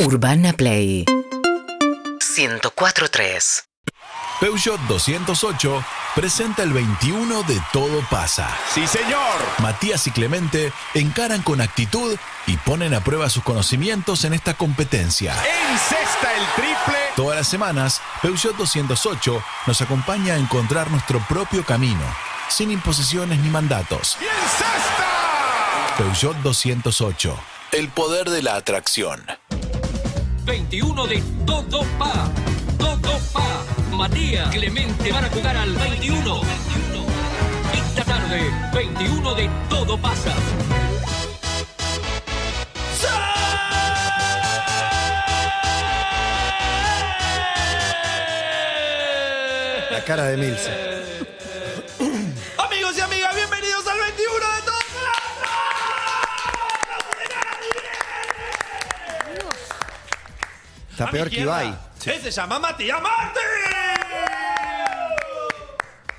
Urbana Play 104.3 Peugeot 208 presenta el 21 de Todo pasa. Sí, señor. Matías y Clemente encaran con actitud y ponen a prueba sus conocimientos en esta competencia. Encesta el triple. Todas las semanas, Peugeot 208 nos acompaña a encontrar nuestro propio camino, sin imposiciones ni mandatos. Y encesta. Peugeot 208, el poder de la atracción. 21 de Todo Pa. Todo Pa. Matías Clemente van a jugar al 21. Esta tarde, 21 de Todo Pasa. La cara de Milce. Amigos y amigas, bienvenidos al 21 de Todo Está peor que Ibai. Él Este se llama Matías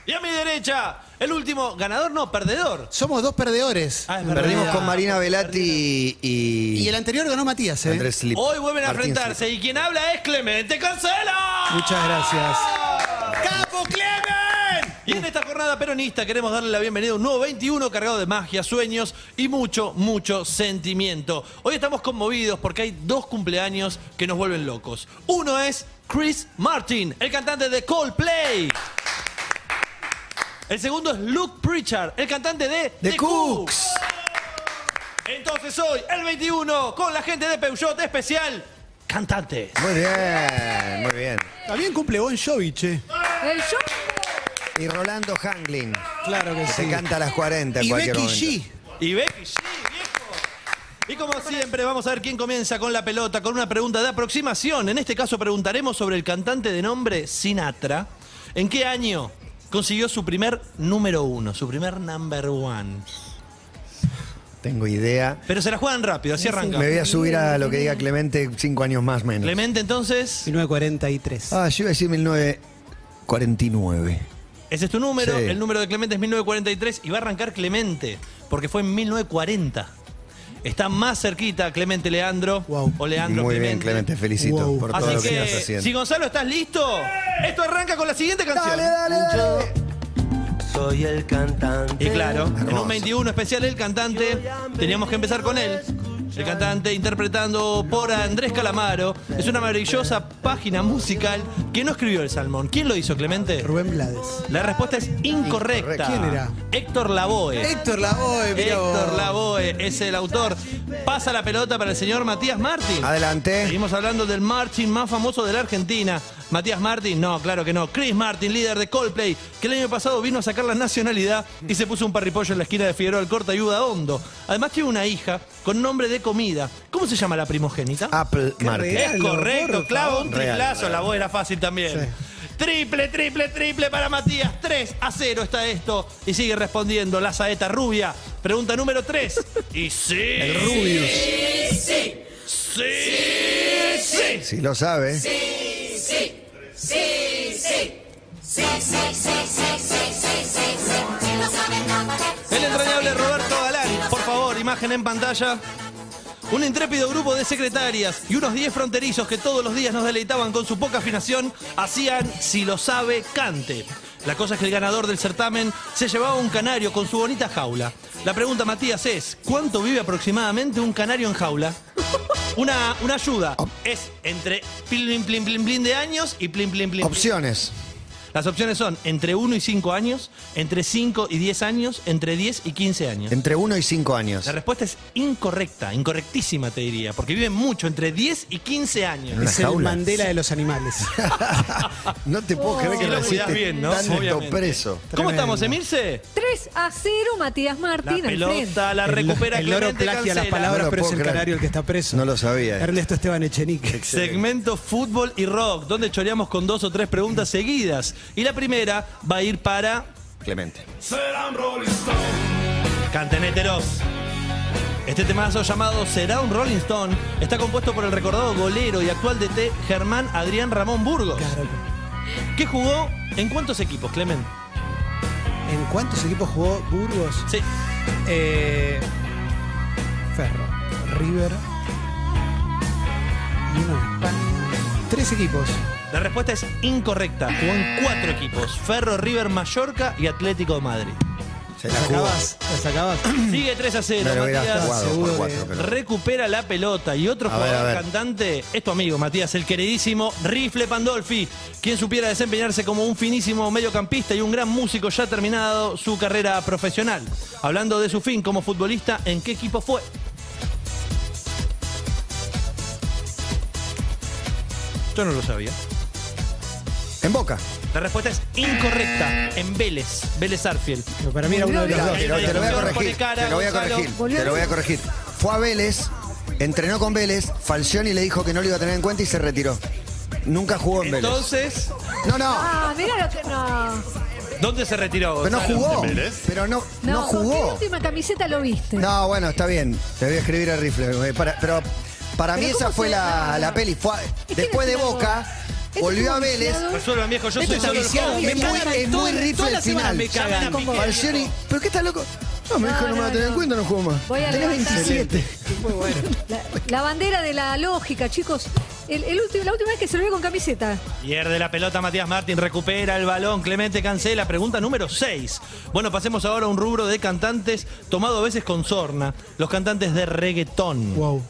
Y a mi derecha, el último ganador, no, perdedor. Somos dos perdedores. Ah, es verdad. Perdimos con Marina Velati y, Y el anterior ganó Matías, ¿eh? Andrés Slip. Hoy vuelven a Martín enfrentarse y quien habla es Clemente Cancela. Muchas gracias. Ah, ¡Capo Clemen! Y en esta jornada peronista queremos darle la bienvenida a un nuevo 21 cargado de magia, sueños y mucho, mucho sentimiento. Hoy estamos conmovidos porque hay dos cumpleaños que nos vuelven locos. Uno es Chris Martin, el cantante de Coldplay. El segundo es Luke Pritchard, el cantante de Slip. The Cooks. Entonces hoy, el 21, con la gente de Peugeot especial, cantantes. Muy bien, muy bien. También cumple Bon Jovi, che. Y Rolando Hanglin. Claro que Que sí. se canta a las 40 en Y cualquier Becky momento. G. Y Becky G, viejo. Y como siempre, vamos a ver quién comienza con la pelota, con una pregunta de aproximación. En este caso preguntaremos sobre el cantante de nombre Sinatra. ¿En qué año consiguió su primer número uno, su primer number one? Tengo idea. Pero se la juegan rápido, así arranca. Me voy a subir a lo que diga Clemente cinco años más menos. Clemente, entonces, 1943. Ah, yo iba a decir 1949. ese es tu número. Sí. El número de Clemente es 1943 y va a arrancar Clemente, porque fue en 1940. Está más cerquita Clemente Leandro Wow. o Leandro muy bien, Clemente, felicito Wow. por todo Así lo que, que, estás haciendo. si Gonzalo, ¿estás listo? Esto arranca con la siguiente canción. Yo soy el cantante. Y claro, en Hermoso. un 21 especial el cantante, teníamos que empezar con él. El cantante interpretando por Andrés Calamaro. Es una maravillosa página musical que no escribió el Salmón. ¿Quién lo hizo, Clemente? Ah, Rubén Blades. La respuesta es incorrecta. Incorrecta. ¿Quién era? Héctor Lavoe. Héctor Lavoe, mirá vos. Eh. Héctor Lavoe es el autor. Pasa la pelota para el señor Matías Martín. Adelante. Seguimos hablando del Martin más famoso de la Argentina. Matías Martin, no, claro que no. Chris Martin, líder de Coldplay, que el año pasado vino a sacar la nacionalidad y se puso un parripollo en la esquina de Figueroa del Corta Ayuda Hondo. Además tiene una hija con nombre de comida. ¿Cómo se llama la primogénita? Apple regalo. Market. es correcto, por clava un Real, triplazo, real. la voz era fácil también. Triple, triple, triple para Matías. 3 a 0 está esto. Y sigue respondiendo la saeta rubia. Pregunta número 3. y sí. El Rubius. Sí, sí. Si lo sabe. El entrañable Roberto Galán, por favor, imagen en pantalla. Un intrépido grupo de secretarias y unos 10 fronterizos que todos los días nos deleitaban con su poca afinación, hacían, si lo sabe, cante. La cosa es que el ganador del certamen se llevaba un canario con su bonita jaula. La pregunta, Matías, es, ¿cuánto vive aproximadamente un canario en jaula? Una, una ayuda. Es entre plin, plin, plin, plin de años y plin, plin, plin. plin. Opciones. Las opciones son entre 1 y 5 años, entre 5 y 10 años, entre 10 y 15 años. Entre 1 y 5 años. La respuesta es incorrecta, incorrectísima te diría, porque viven mucho, entre 10 y 15 años. Una Es el jaula. Mandela de los animales. Ah, No te puedo creer Si que lo cuidás resiste bien, ¿no? tanto Obviamente. preso. ¿Cómo Tremendo. estamos, Emilce? 3 a 0 Matías La Martín al frente. pelota la recupera el loro Clemente plagia las Cancela. palabras, No lo pero es puedo el creer. canario el que está preso. No lo sabía. Ernesto Esteban Echenique. Segmento fútbol y rock, donde choreamos con dos o tres preguntas seguidas. Y la primera va a ir para Clemente. Canteneteros. Este temazo llamado Será un Rolling Stone está compuesto por el recordado golero y actual DT Germán Adrián Ramón Burgos, Claro. que jugó en cuántos equipos, Clemen? ¿En cuántos equipos jugó Burgos? Sí, Eh, Ferro. River. Y tres equipos. La respuesta es incorrecta. Jugó en cuatro equipos: Ferro, River, Mallorca y Atlético de Madrid. Se ¿La la jugó. sacabas? ¿La sacabas? Sigue 3 a 0. No Mm. lo hubiera Matías jugado seguro por que- cuatro, pero. recupera la pelota y otro A ver, jugador a ver. cantante es tu amigo Matías, el queridísimo Rifle Pandolfi, quien supiera desempeñarse como un finísimo mediocampista y un gran músico ya terminado su carrera profesional. Hablando de su fin como futbolista, ¿en qué equipo fue? Yo no lo sabía. En boca. La respuesta es incorrecta. En Vélez, Vélez Arfield. Pero para mí era uno de los Te lo, dos. te lo- te lo voy a Pone corregir. cara, Te lo voy a Gonzalo. corregir. Volvió Te lo voy a corregir. Fue a Vélez, entrenó con Vélez, Falcioni le dijo que no lo iba a tener en cuenta y se retiró. Nunca jugó en Vélez. Entonces, No, no. Ah, mira lo que. No. ¿dónde se retiró? Pero no Gonzalo? jugó. ¿En Vélez? Pero no, No, no ¿Con qué jugó. última camiseta lo viste? No, bueno, está bien. Te voy a escribir a rifle. Eh, para- pero para mí Pero esa ¿cómo fue se- no, la, no. la peli. Fue a- que después de no es algo- Boca, Este volvió estuvo a Vélez. viciado. Resuelvan, viejo, yo Esto soy está solo el viciado, juego. es muy, es muy rifle el final. me cagan a mí, viejo. Falcioni, ¿pero qué estás loco? No, me No, dijo no me va a no, tener en no. cuenta, no jugó más. Voy a Tenés levantar- 27. La, la bandera de la lógica, chicos. El, el último- la última vez que se lo vi con camiseta. Pierde la pelota Matías Martín, recupera el balón, Clemente cancela. Pregunta número 6. Bueno, pasemos ahora a un rubro de cantantes tomado a veces con sorna. Los cantantes de reggaetón. Wow.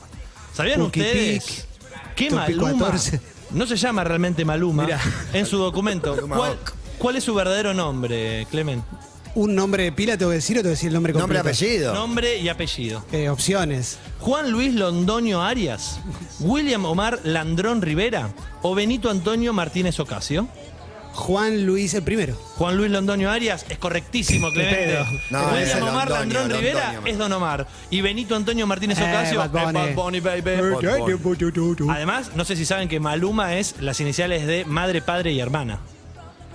¿Sabían Uki ustedes que Topi Maluma 14. no se llama realmente Maluma Mirá. en su documento? ¿Cuál, cuál es su verdadero nombre, Clemente? ¿Un nombre de pila te voy a decir o te voy a decir el nombre completo? Nombre apellido. Nombre y apellido. Eh, opciones. Juan Luis Londoño Arias, William Omar Landrón Rivera o Benito Antonio Martínez Ocasio. Juan Luis el primero. Juan Luis Londoño Arias es correctísimo, Clemente. pedo. No, William ese es Omar Londoño, Landrón Londoño, Rivera man. es Don Omar. Y Benito Antonio Martínez Eh, Ocasio Bad Bunny. es Bad Bunny, baby. Además, no sé si saben que Maluma es las iniciales de madre, padre y hermana.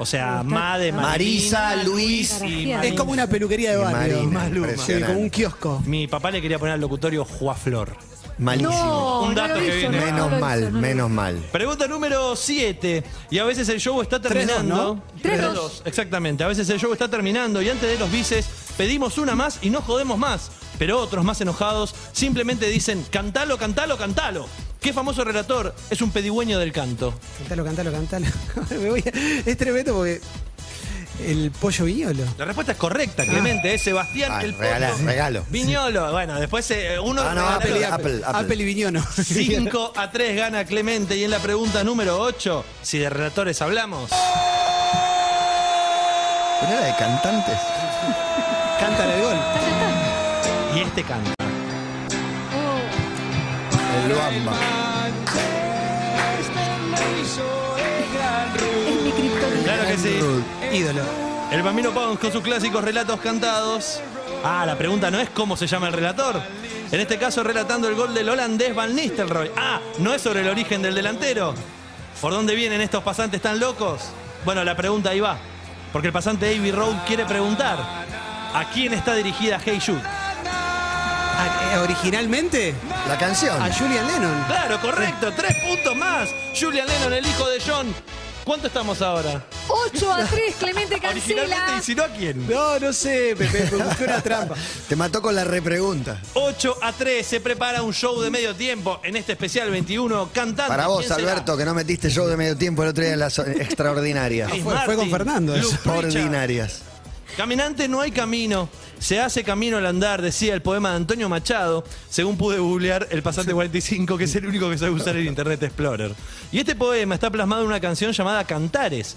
O sea, madre, Marisa, Luis y García. Es como una peluquería de Y barrio. Marina, Maluma. Sí, impresionante. como un kiosco. Mi papá le quería poner al locutorio Juaflor. Malísimo. No, Un dato no lo que hizo, viene. no, no Menos lo hizo, mal, no lo menos mal. Pregunta número 7. Y a veces el show está Tres, dos, terminando. ¿no? Tres, Tres, dos. dos, Exactamente. A veces el show está terminando y antes de los bices pedimos una más y no jodemos más. Pero otros más enojados simplemente dicen cantalo, cantalo, cantalo. ¿Qué famoso relator es un pedigüeño del canto? Cantalo, cantalo, cantalo. Me voy a- Es tremendo porque. El pollo viñolo. La respuesta es correcta, Clemente. Es Sebastián Ah, el Poto regala- regalo. Viñolo. Bueno, después eh, uno... Ah, no, regaló- Apple, Apple, Apple. y viñono. 5 a 3 gana Clemente y en la pregunta número 8, si de relatores hablamos, ¿No era de cantantes? Cántale el gol. Está, está, está. y este canta. Oh, El Luamba. Oh, es mi criptonita. Claro que sí. Ídolo. El Bambino Pons con sus clásicos relatos cantados. Ah, la pregunta no es cómo se llama el relator. En este caso, relatando el gol del holandés Van Nistelrooy. Ah, no es sobre el origen del delantero. ¿Por dónde vienen estos pasantes tan locos? Bueno, la pregunta ahí va. Porque el pasante Abbey Road quiere preguntar: ¿a quién está dirigida Hey Jude? Ah, eh, originalmente La canción. a Julian Lennon. Claro, correcto, tres puntos más. Julian Lennon, el hijo de John. ¿Cuánto estamos ahora? 8 a 3, Clemente Originalmente, cancela. y si no, ¿a quién? No, no sé, Pepe, me busqué una trampa. Te mató con la repregunta. 8 a 3, se prepara un show de medio tiempo en este especial 21, cantando. Para vos, Alberto, que no metiste yo de medio tiempo el otro día en las extraordinarias. fue- fue con Fernando eso. Ordinarias. Caminante no hay camino, se hace camino al andar, decía el poema de Antonio Machado, según pude googlear el pasante 45, que es el único que sabe usar el Internet Explorer. Y este poema está plasmado en una canción llamada Cantares,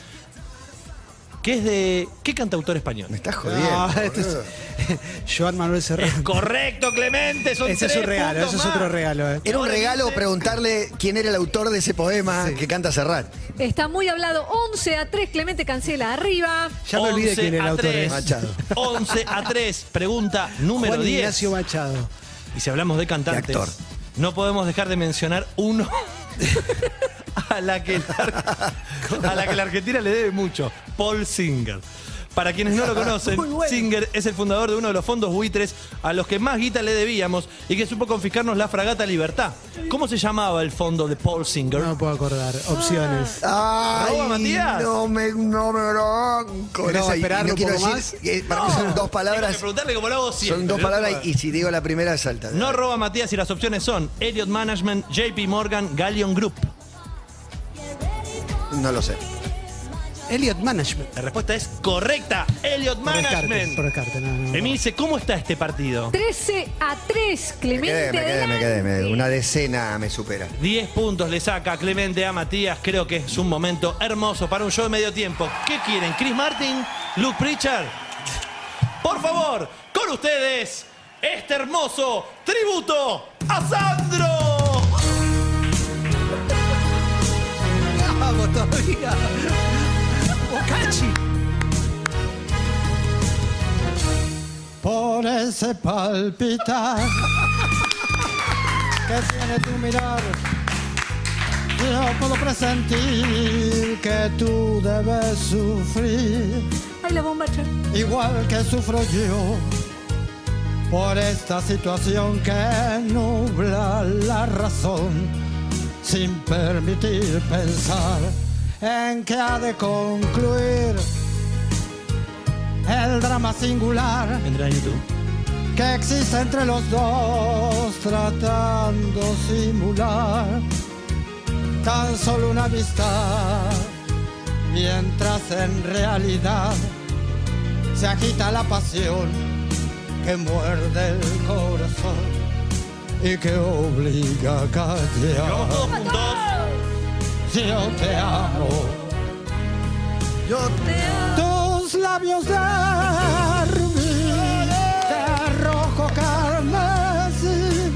que es de... ¿Qué cantautor español? Me estás jodiendo. No, Ah, Ah, este esto es. Joan Manuel Serrano. Correcto, Clemente. Son Ese es tres un regalo, puntos ese es más. otro regalo. eh. Era un Ahora regalo dice- preguntarle quién era el autor de ese poema que canta Serrat. Está muy hablado. 11 a 3, Clemente cancela. Arriba. Ya me olvidé 11 quién era el a autor. eh. 3. Machado. 11 a 3. Pregunta número Juan 10. Ignacio Machado. Y si hablamos de cantantes, Qué actor. no podemos dejar de mencionar uno a, la que la, a la que la Argentina le debe mucho, Paul Singer. Para quienes no lo conocen, Singer es el fundador de uno de los fondos buitres a los que más guita le debíamos y que supo confiscarnos la fragata Libertad. ¿Cómo se llamaba el fondo de Paul Singer? No me puedo acordar. Opciones. Ay, ¿Roba, Matías? No me, no me bronco. ¿Querés No, y- y esperarlo no un quiero poco decir- eh, Para mí son dos Tengo que palabras. preguntarle como lo hago siempre. Son dos ¿no? palabras y si digo la primera salta. No roba Matías y las opciones son Elliot Management, JP Morgan, Galleon Group. No lo sé. Ah. Elliot Management. La respuesta es correcta. Elliot Por descarte, Management. Por descarte, no, no. Emil dice, ¿cómo está este partido? 13 a 3, Me quedé, Clemente. me quedé, me quedé. me- adelante. Una decena me supera. 10 puntos le saca Clemente a Matías. Creo que es un momento hermoso para un show de medio tiempo. ¿Qué quieren? ¿Chris Martin? ¿Luke Pritchard? Por favor, con ustedes, este hermoso tributo a Sandro. Vamos todavía. Bocachi. por ese palpitar que tiene tu mirar. Yo puedo presentir que tú debes sufrir Ay, la bombacha. igual que sufro yo por esta situación que nubla la razón sin permitir pensar en que ha de concluir el drama singular Entra en YouTube. que existe entre los dos tratando simular tan solo una amistad mientras en realidad se agita la pasión que muerde el corazón y que obliga a Vamos callar todos juntos. si yo te amo Yo tus labios de rubí, de rojo carmesí,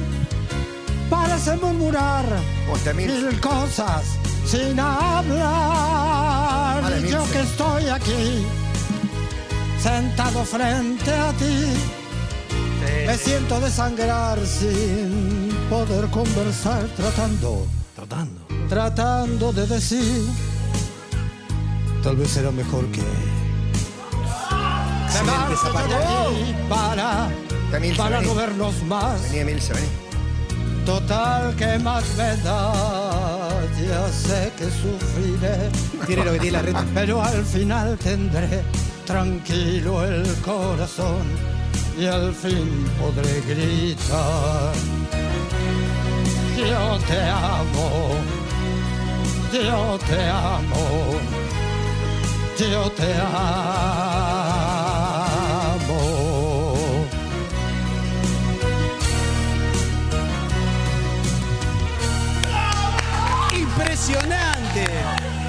parece murmurar Ponte mil. mil cosas sin hablar. Vale, Y yo Mirce. que estoy aquí, sentado frente a ti, me siento desangrar sin poder conversar, tratando Tratando. tratando de decir, tal vez era mejor que Excelente Sacarse zapato. de ahí para, Tamil, para vení. no vernos más. Vení, Emilce, vení. Total que más me da, ya sé que sufriré, Tiene lo que tiene la reta. pero al final tendré tranquilo el corazón y al fin podré gritar. Yo te amo, yo te amo, yo te amo. Impresionante.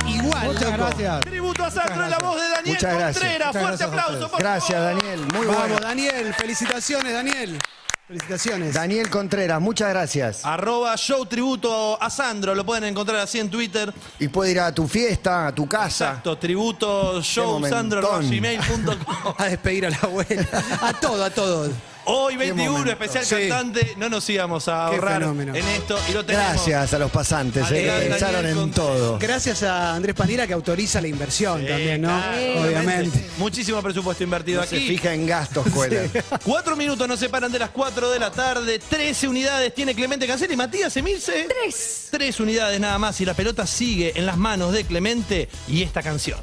Igual. Muchas loco. gracias. Tributo a Sandro en la voz de Daniel Muchas gracias. Contreras. Muchas Fuerte gracias a aplauso. ustedes. por Gracias, favor. Daniel. Muy Vamos, bueno. Daniel. Felicitaciones, Daniel. Felicitaciones. Daniel Contreras, muchas gracias. Ah. Arroba show tributo a Sandro. Lo pueden encontrar así en Twitter. Y puede ir a tu fiesta, a tu casa. Exacto. Tributo show Sandro arroba momentón. gmail.com. A despedir a la abuela. A todo, a todos. Hoy 21, momento. especial Sí. cantante. No nos íbamos a Qué ahorrar fenómeno. en esto y lo tenemos. Gracias a los pasantes, eh, Adelante, que pensaron Daniel en Contreras. todo. Gracias a Andrés Panira que autoriza la inversión Sí, también, ¿no? claro, Obviamente. Muchísimo presupuesto invertido Se aquí. fija en gastos, cuela. Cuatro minutos nos separan de las cuatro de la tarde. Trece unidades tiene Clemente Cancel y Matías Emilce. Tres. Tres unidades nada más y la pelota sigue en las manos de Clemente y esta canción.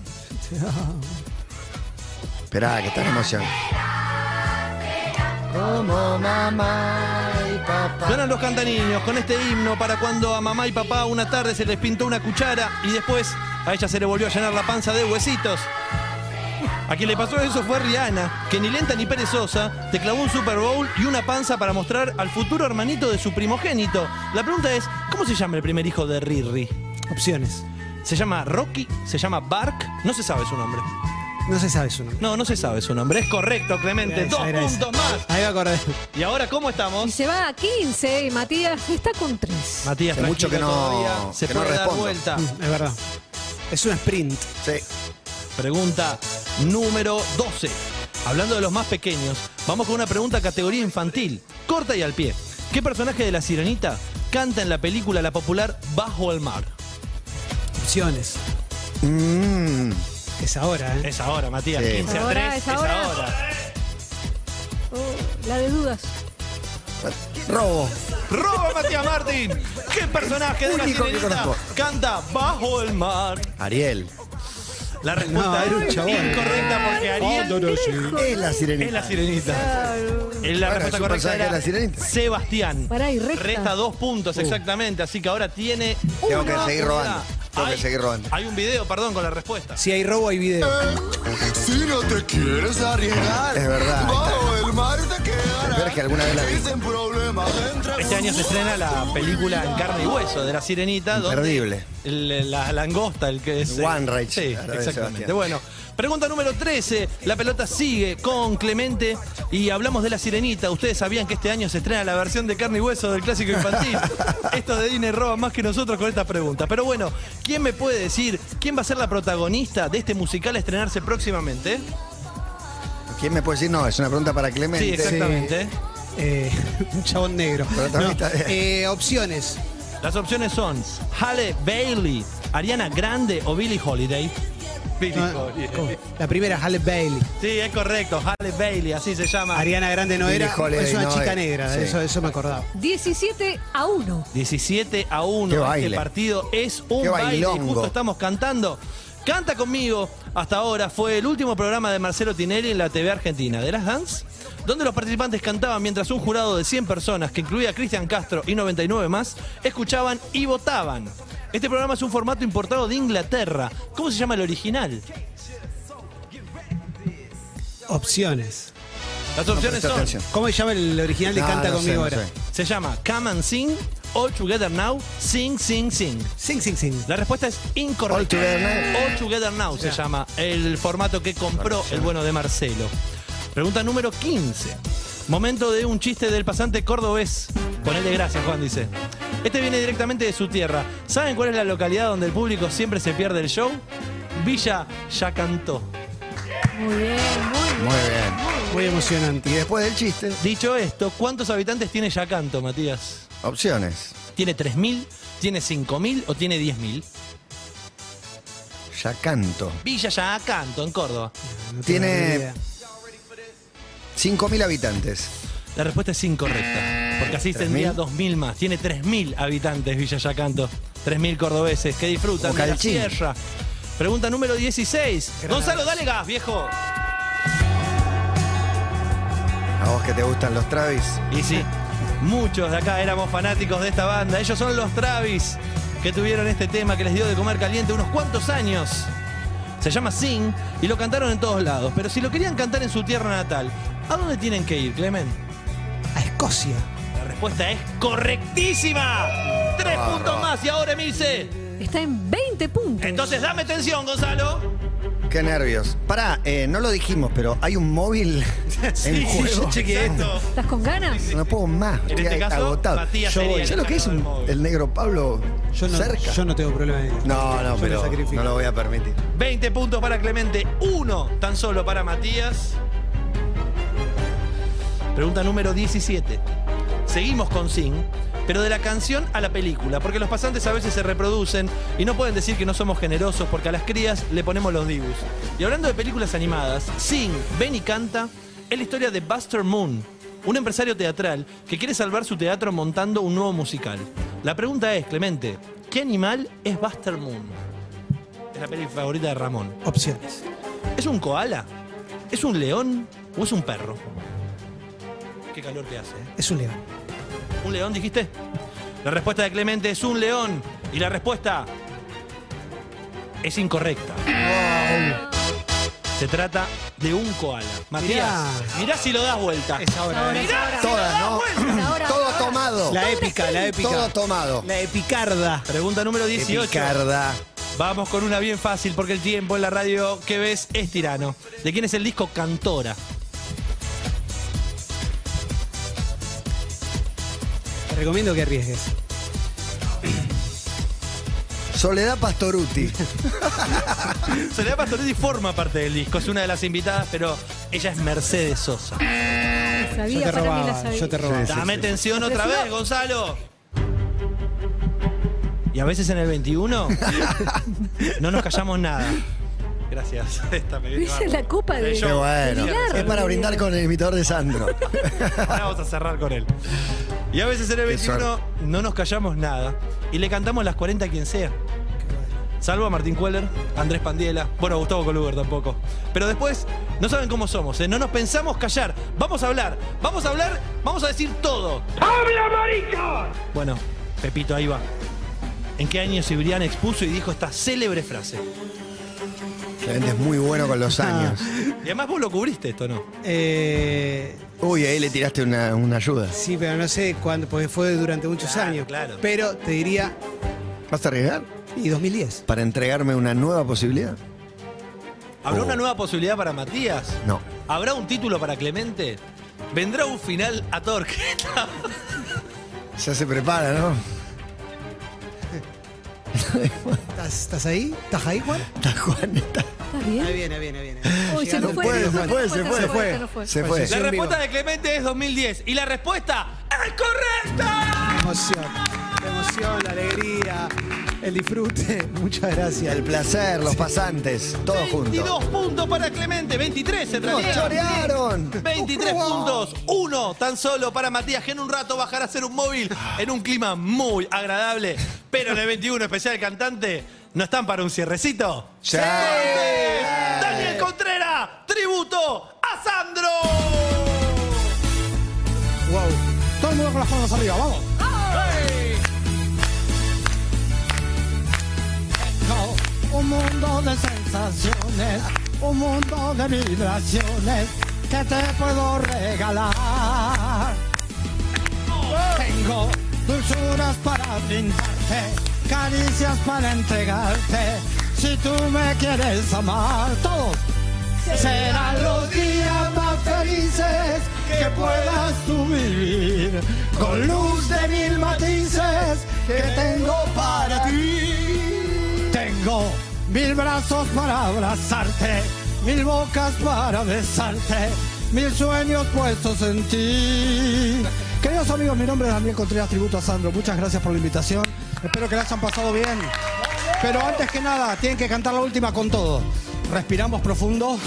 Esperá, que está emoción. Como mamá y papá. Suenan los cantaniños con este himno para cuando a mamá y papá una tarde se les pintó una cuchara y después a ella se le volvió a llenar la panza de huesitos. A quien le pasó eso fue Rihanna, que ni lenta ni perezosa te clavó un Super Bowl y una panza para mostrar al futuro hermanito de su primogénito. La pregunta es, ¿cómo se llama el primer hijo de Riri? Opciones. ¿Se llama Rocky? ¿Se llama Bark? No se sabe su nombre. No se sabe su nombre. No, no se sabe su nombre. Es correcto, Clemente. Era esa, Dos era esa. puntos más. Ahí me acordé. Mm, ¿Y ahora cómo Y estamos? se va a 15 y Matías está con 3. Matías, Hace mucho tranquilo, que no- todavía se que no puede dar respondo. vuelta. Mm, Es verdad. Es un sprint. Sí. Pregunta número 12. Hablando de los más pequeños, vamos con una pregunta categoría infantil, corta y al pie. ¿Qué personaje de la sirenita canta en la película la popular Bajo el Mar? Opciones. Mm, Es ahora, ¿eh? Es ahora, Matías. Sí. 15 a Ahora, 3, es ahora. Oh, la de dudas. robo. ¡Roba Matías Martín! ¿Qué personaje de la Único que sirenita conozco. canta Bajo el Mar? Ariel. La respuesta No, era un es chabón. incorrecta porque Oh, Ariel Es la sirenita. es la sirenita. Es la Bueno, respuesta es un correcta personaje era de la sirenita. Sebastián. Pará, y resta. Resta dos puntos exactamente, así que ahora tiene Tengo una que seguir unidad. robando. Tengo que seguir robando. Hay un video, perdón, con la respuesta. Si hay robo, hay video. Si no te quieres arriesgar, Es verdad, ahí está. bajo el mar te quedarás. Peor es que alguna vez la vi. Dicen problemas entre Este año se estrena la película En carne y hueso de la sirenita. donde Imperdible. el- eh, la langosta, el que es. eh, One Rage, Sí, claro, de exactamente. Sebastián. Bueno, pregunta número 13. La pelota sigue con Clemente y hablamos de la sirenita. Ustedes sabían que este año se estrena la versión de carne y hueso del clásico infantil. Estos de Disney roban más que nosotros con estas preguntas. Pero bueno, ¿quién me puede decir quién va a ser la protagonista de este musical a estrenarse próximamente? ¿Quién me puede decir? No, es una pregunta para Clemente. Sí, exactamente. Eh, un chabón negro. Protagonista de- eh, opciones. Las opciones son Halle Bailey, Ariana Grande o Billie Holiday. Billie No, Ah, ¿cómo? la primera, Halle Bailey. Sí, es correcto, Halle Bailey, así se llama. Ariana Grande no Billie era, Holiday es una no chica era. negra, Sí. eso, eso me acordaba. 17 a 1. 17 a 1. Qué este baile. partido es un Qué baile. y bailongo. Justo estamos cantando. Canta conmigo. Hasta ahora fue el último programa de Marcelo Tinelli en la TV Argentina, de las Dance, donde los participantes cantaban mientras un jurado de 100 personas, que incluía a Cristian Castro y 99 más, escuchaban y votaban. Este programa es un formato importado de Inglaterra. ¿Cómo se llama el original? Opciones. Las No, opciones presta son atención. ¿Cómo se llama el original de No, Canta no sé, conmigo no ahora? sé. Se llama Come and Sing, All Together Now, Sing, Sing, Sing. Sing, sing, sing. La respuesta es incorrecta. All Together Now. All Together Now se llama el formato que compró el bueno de Marcelo. Pregunta número 15. Momento de un chiste del pasante cordobés. Ponele gracias, Juan, dice. Este viene directamente de su tierra. ¿Saben cuál es la localidad donde el público siempre se pierde el show? Villa Yacantó. Muy bien, muy bien. Muy bien. Muy emocionante. Y después del chiste, Dicho esto, ¿cuántos habitantes tiene Yacanto, Matías? opciones. ¿Tiene 3.000? ¿Tiene 5.000 o tiene 10.000? Ya canto. Villa Yacanto, en Córdoba. No tengo Tiene- ni idea. 5.000 habitantes. La respuesta es incorrecta, porque así tendría 2.000 más. Tiene 3.000 habitantes Villa Yacanto, 3.0il cordobeses que disfrutan Como de la Calchín. sierra. Pregunta número 16. Granada. Gonzalo, dale gas, viejo. A vos que te gustan los Travis. Y sí, muchos de acá éramos fanáticos de esta banda. Ellos son los Travis que tuvieron este tema que les dio de comer caliente unos cuantos años. Se llama Sing y lo cantaron en todos lados. Pero si lo querían cantar en su tierra natal, ¿a dónde tienen que ir, Clement? A Escocia. La respuesta es correctísima. Tres puntos más y ahora Emilce. Está en 20 puntos. Entonces dame atención, Gonzalo. Qué nervios. Pará, eh, no lo dijimos, pero hay un móvil en juego. chequeé esto. ¿Estás con ganas? No puedo más. En estoy este caso, agotado. Matías yo sería voy. el ¿Sabés lo que es sacador un- del móvil? el negro Pablo Yo no, cerca? yo no tengo problema. en- no, no, yo pero sacrifico. no lo voy a permitir. 20 puntos para Clemente, uno tan solo para Matías. Pregunta número 17. Seguimos con Sing, pero de la canción a la película, porque los pasantes a veces se reproducen y no pueden decir que no somos generosos porque a las crías le ponemos los dibus. Y hablando de películas animadas, Sing, Ven y Canta es la historia de Buster Moon, un empresario teatral que quiere salvar su teatro montando un nuevo musical. La pregunta es, Clemente, ¿qué animal es Buster Moon? Es la peli favorita de Ramón. Opciones. ¿Es un koala? ¿Es un león? ¿O es un perro? Qué calor que hace. ¿eh? Es un león. ¿Un león dijiste? La respuesta de Clemente es un león. Y la respuesta es incorrecta. Se trata de un koala. Matías, mirá, Mirá. si lo das vuelta. Es ahora. ¿eh? Ahora, Todas, ¿no? ahora, Todo ahora. tomado. La épica, la épica. Todo tomado. La epicarda. Pregunta número 18. Picarda. Vamos con una bien fácil porque el tiempo en la radio que ves es tirano. ¿De quién es el disco Cantora? Te recomiendo que arriesgues. Soledad Pastoruti. Soledad Pastoretti forma parte del disco, es una de las invitadas, pero ella es Mercedes Sosa. Yo te Sabía, para mí la robaba. sabía. Yo te robaba. Dame atención otra Pero si vez, Gonzalo. Y a veces en el 21 no nos callamos nada. Gracias. Esta me viene Esa es bárbaro. la copa de. Qué bueno. Pilar. Es para brindar con el imitador de Sandro. Ahora vamos a cerrar con él. Y a veces en el Qué 21 no nos callamos nada. Y le cantamos las 40 a quien sea. Salvo a Martín Cueller, Andrés Pandiela, bueno, Gustavo Coluber tampoco. Pero después, no saben cómo somos, ¿eh? no nos pensamos callar. Vamos a hablar, vamos a hablar, vamos a decir todo. ¡Habla, marica! Bueno, Pepito, ahí va. en qué año Cibrián expuso y dijo esta célebre frase. La gente es muy bueno con los años. Y además vos lo cubriste esto, ¿no? Eh, Uy, ahí le tiraste una, una ayuda. sí, pero no sé cuándo, porque fue durante muchos Claro, años. claro. Pero te diría, ¿Vas a arriesgar? y 2010. ¿Para entregarme una nueva posibilidad? ¿Habrá Oh. una nueva posibilidad para Matías? No. ¿Habrá un título para Clemente? ¿Vendrá un final a Torqueta? Ya se prepara, ¿no? ¿Estás, estás ahí? ¿Estás ahí, Juan? Está Juan, está- ¿Estás Ahí bien? viene, ahí viene, ahí viene. Uy, se Llegando. nos fue, puede, se no nos puede, se se fue, nos se se nos fue. Se fue. La en respuesta vivo. de Clemente es 2010 y la respuesta es correcta. La emoción, la emoción, la alegría, el disfrute. Muchas gracias. El placer, los pasantes, todos 22 juntos. puntos para Clemente, 23 en ¡Nos realidad. chorearon! 23 puntos, uno tan solo para Matías, que en un rato bajará a ser un móvil en un clima muy agradable. Pero en el 21 especial cantante, ¿no están para un cierrecito? ¡Sí! Daniel Contreras, tributo a Sandro. Wow. Todo el mundo con las manos arriba, vamos. Tengo un mundo de sensaciones, un mundo de vibraciones que te puedo regalar. Tengo dulzuras para brindarte, caricias para entregarte. Si tú me quieres amar, todos serán los días más felices que puedas tú vivir. Con luz de mil matices que tengo para ti. Tengo mil brazos para abrazarte, mil bocas para besarte, mil sueños puestos en ti. Queridos amigos, mi nombre es Daniel Contreras, tributo a Sandro. Muchas gracias por la invitación. Espero que la hayan pasado bien. Pero antes que nada, tienen que cantar la última con todo. Respiramos profundo,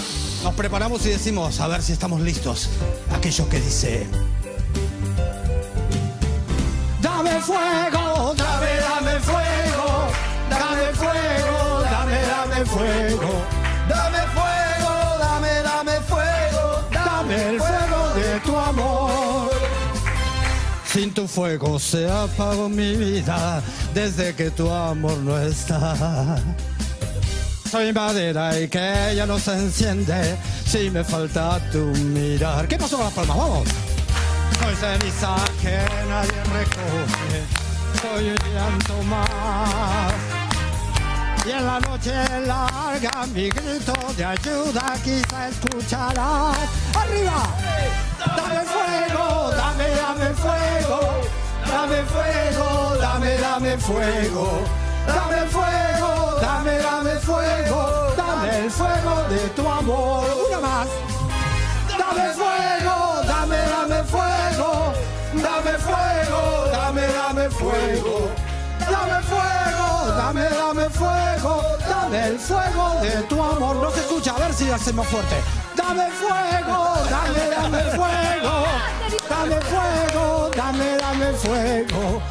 nos preparamos y decimos, a ver si estamos listos. Aquello que dice... Dame fuego, dame, dame fuego, dame fuego, dame, dame fuego. Dame fuego, dame, dame fuego, dame el fuego de tu amor. Sin tu fuego se apagó mi vida desde que tu amor no está. Soy madera y que ya no se enciende si me falta tu mirar. ¿Qué pasó con las palmas? Vamos. Soy ceniza que nadie recoge. Soy un llanto más. Y en la noche larga mi grito de ayuda quizá escucharás. ¡Arriba! Dame fuego, dame, dame fuego. Dame fuego, dame, dame fuego. Dame fuego, dame, dame fuego. Dame el fuego de tu amor. Una más. Dame fuego, dame, dame fuego. Dame fuego, dame, dame fuego. Dame fuego, dame, dame fuego. Dame el fuego de tu amor. No se escucha, a ver si hacemos fuerte. Dame fuego, dame, dame fuego. Dame fuego, dame, dame fuego.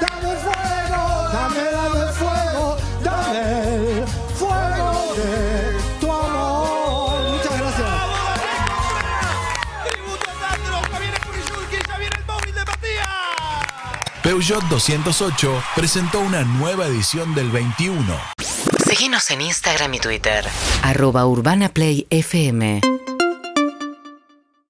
Dame fuego, dame, dame fuego. Dame el fuego de tu amor. Muchas gracias. Tributo a Sandro, Javier Escurillulqui, ya viene el móvil de Matías. Peugeot 208 presentó una nueva edición del 21. Síguenos en Instagram y Twitter. arroba Urbana Play FM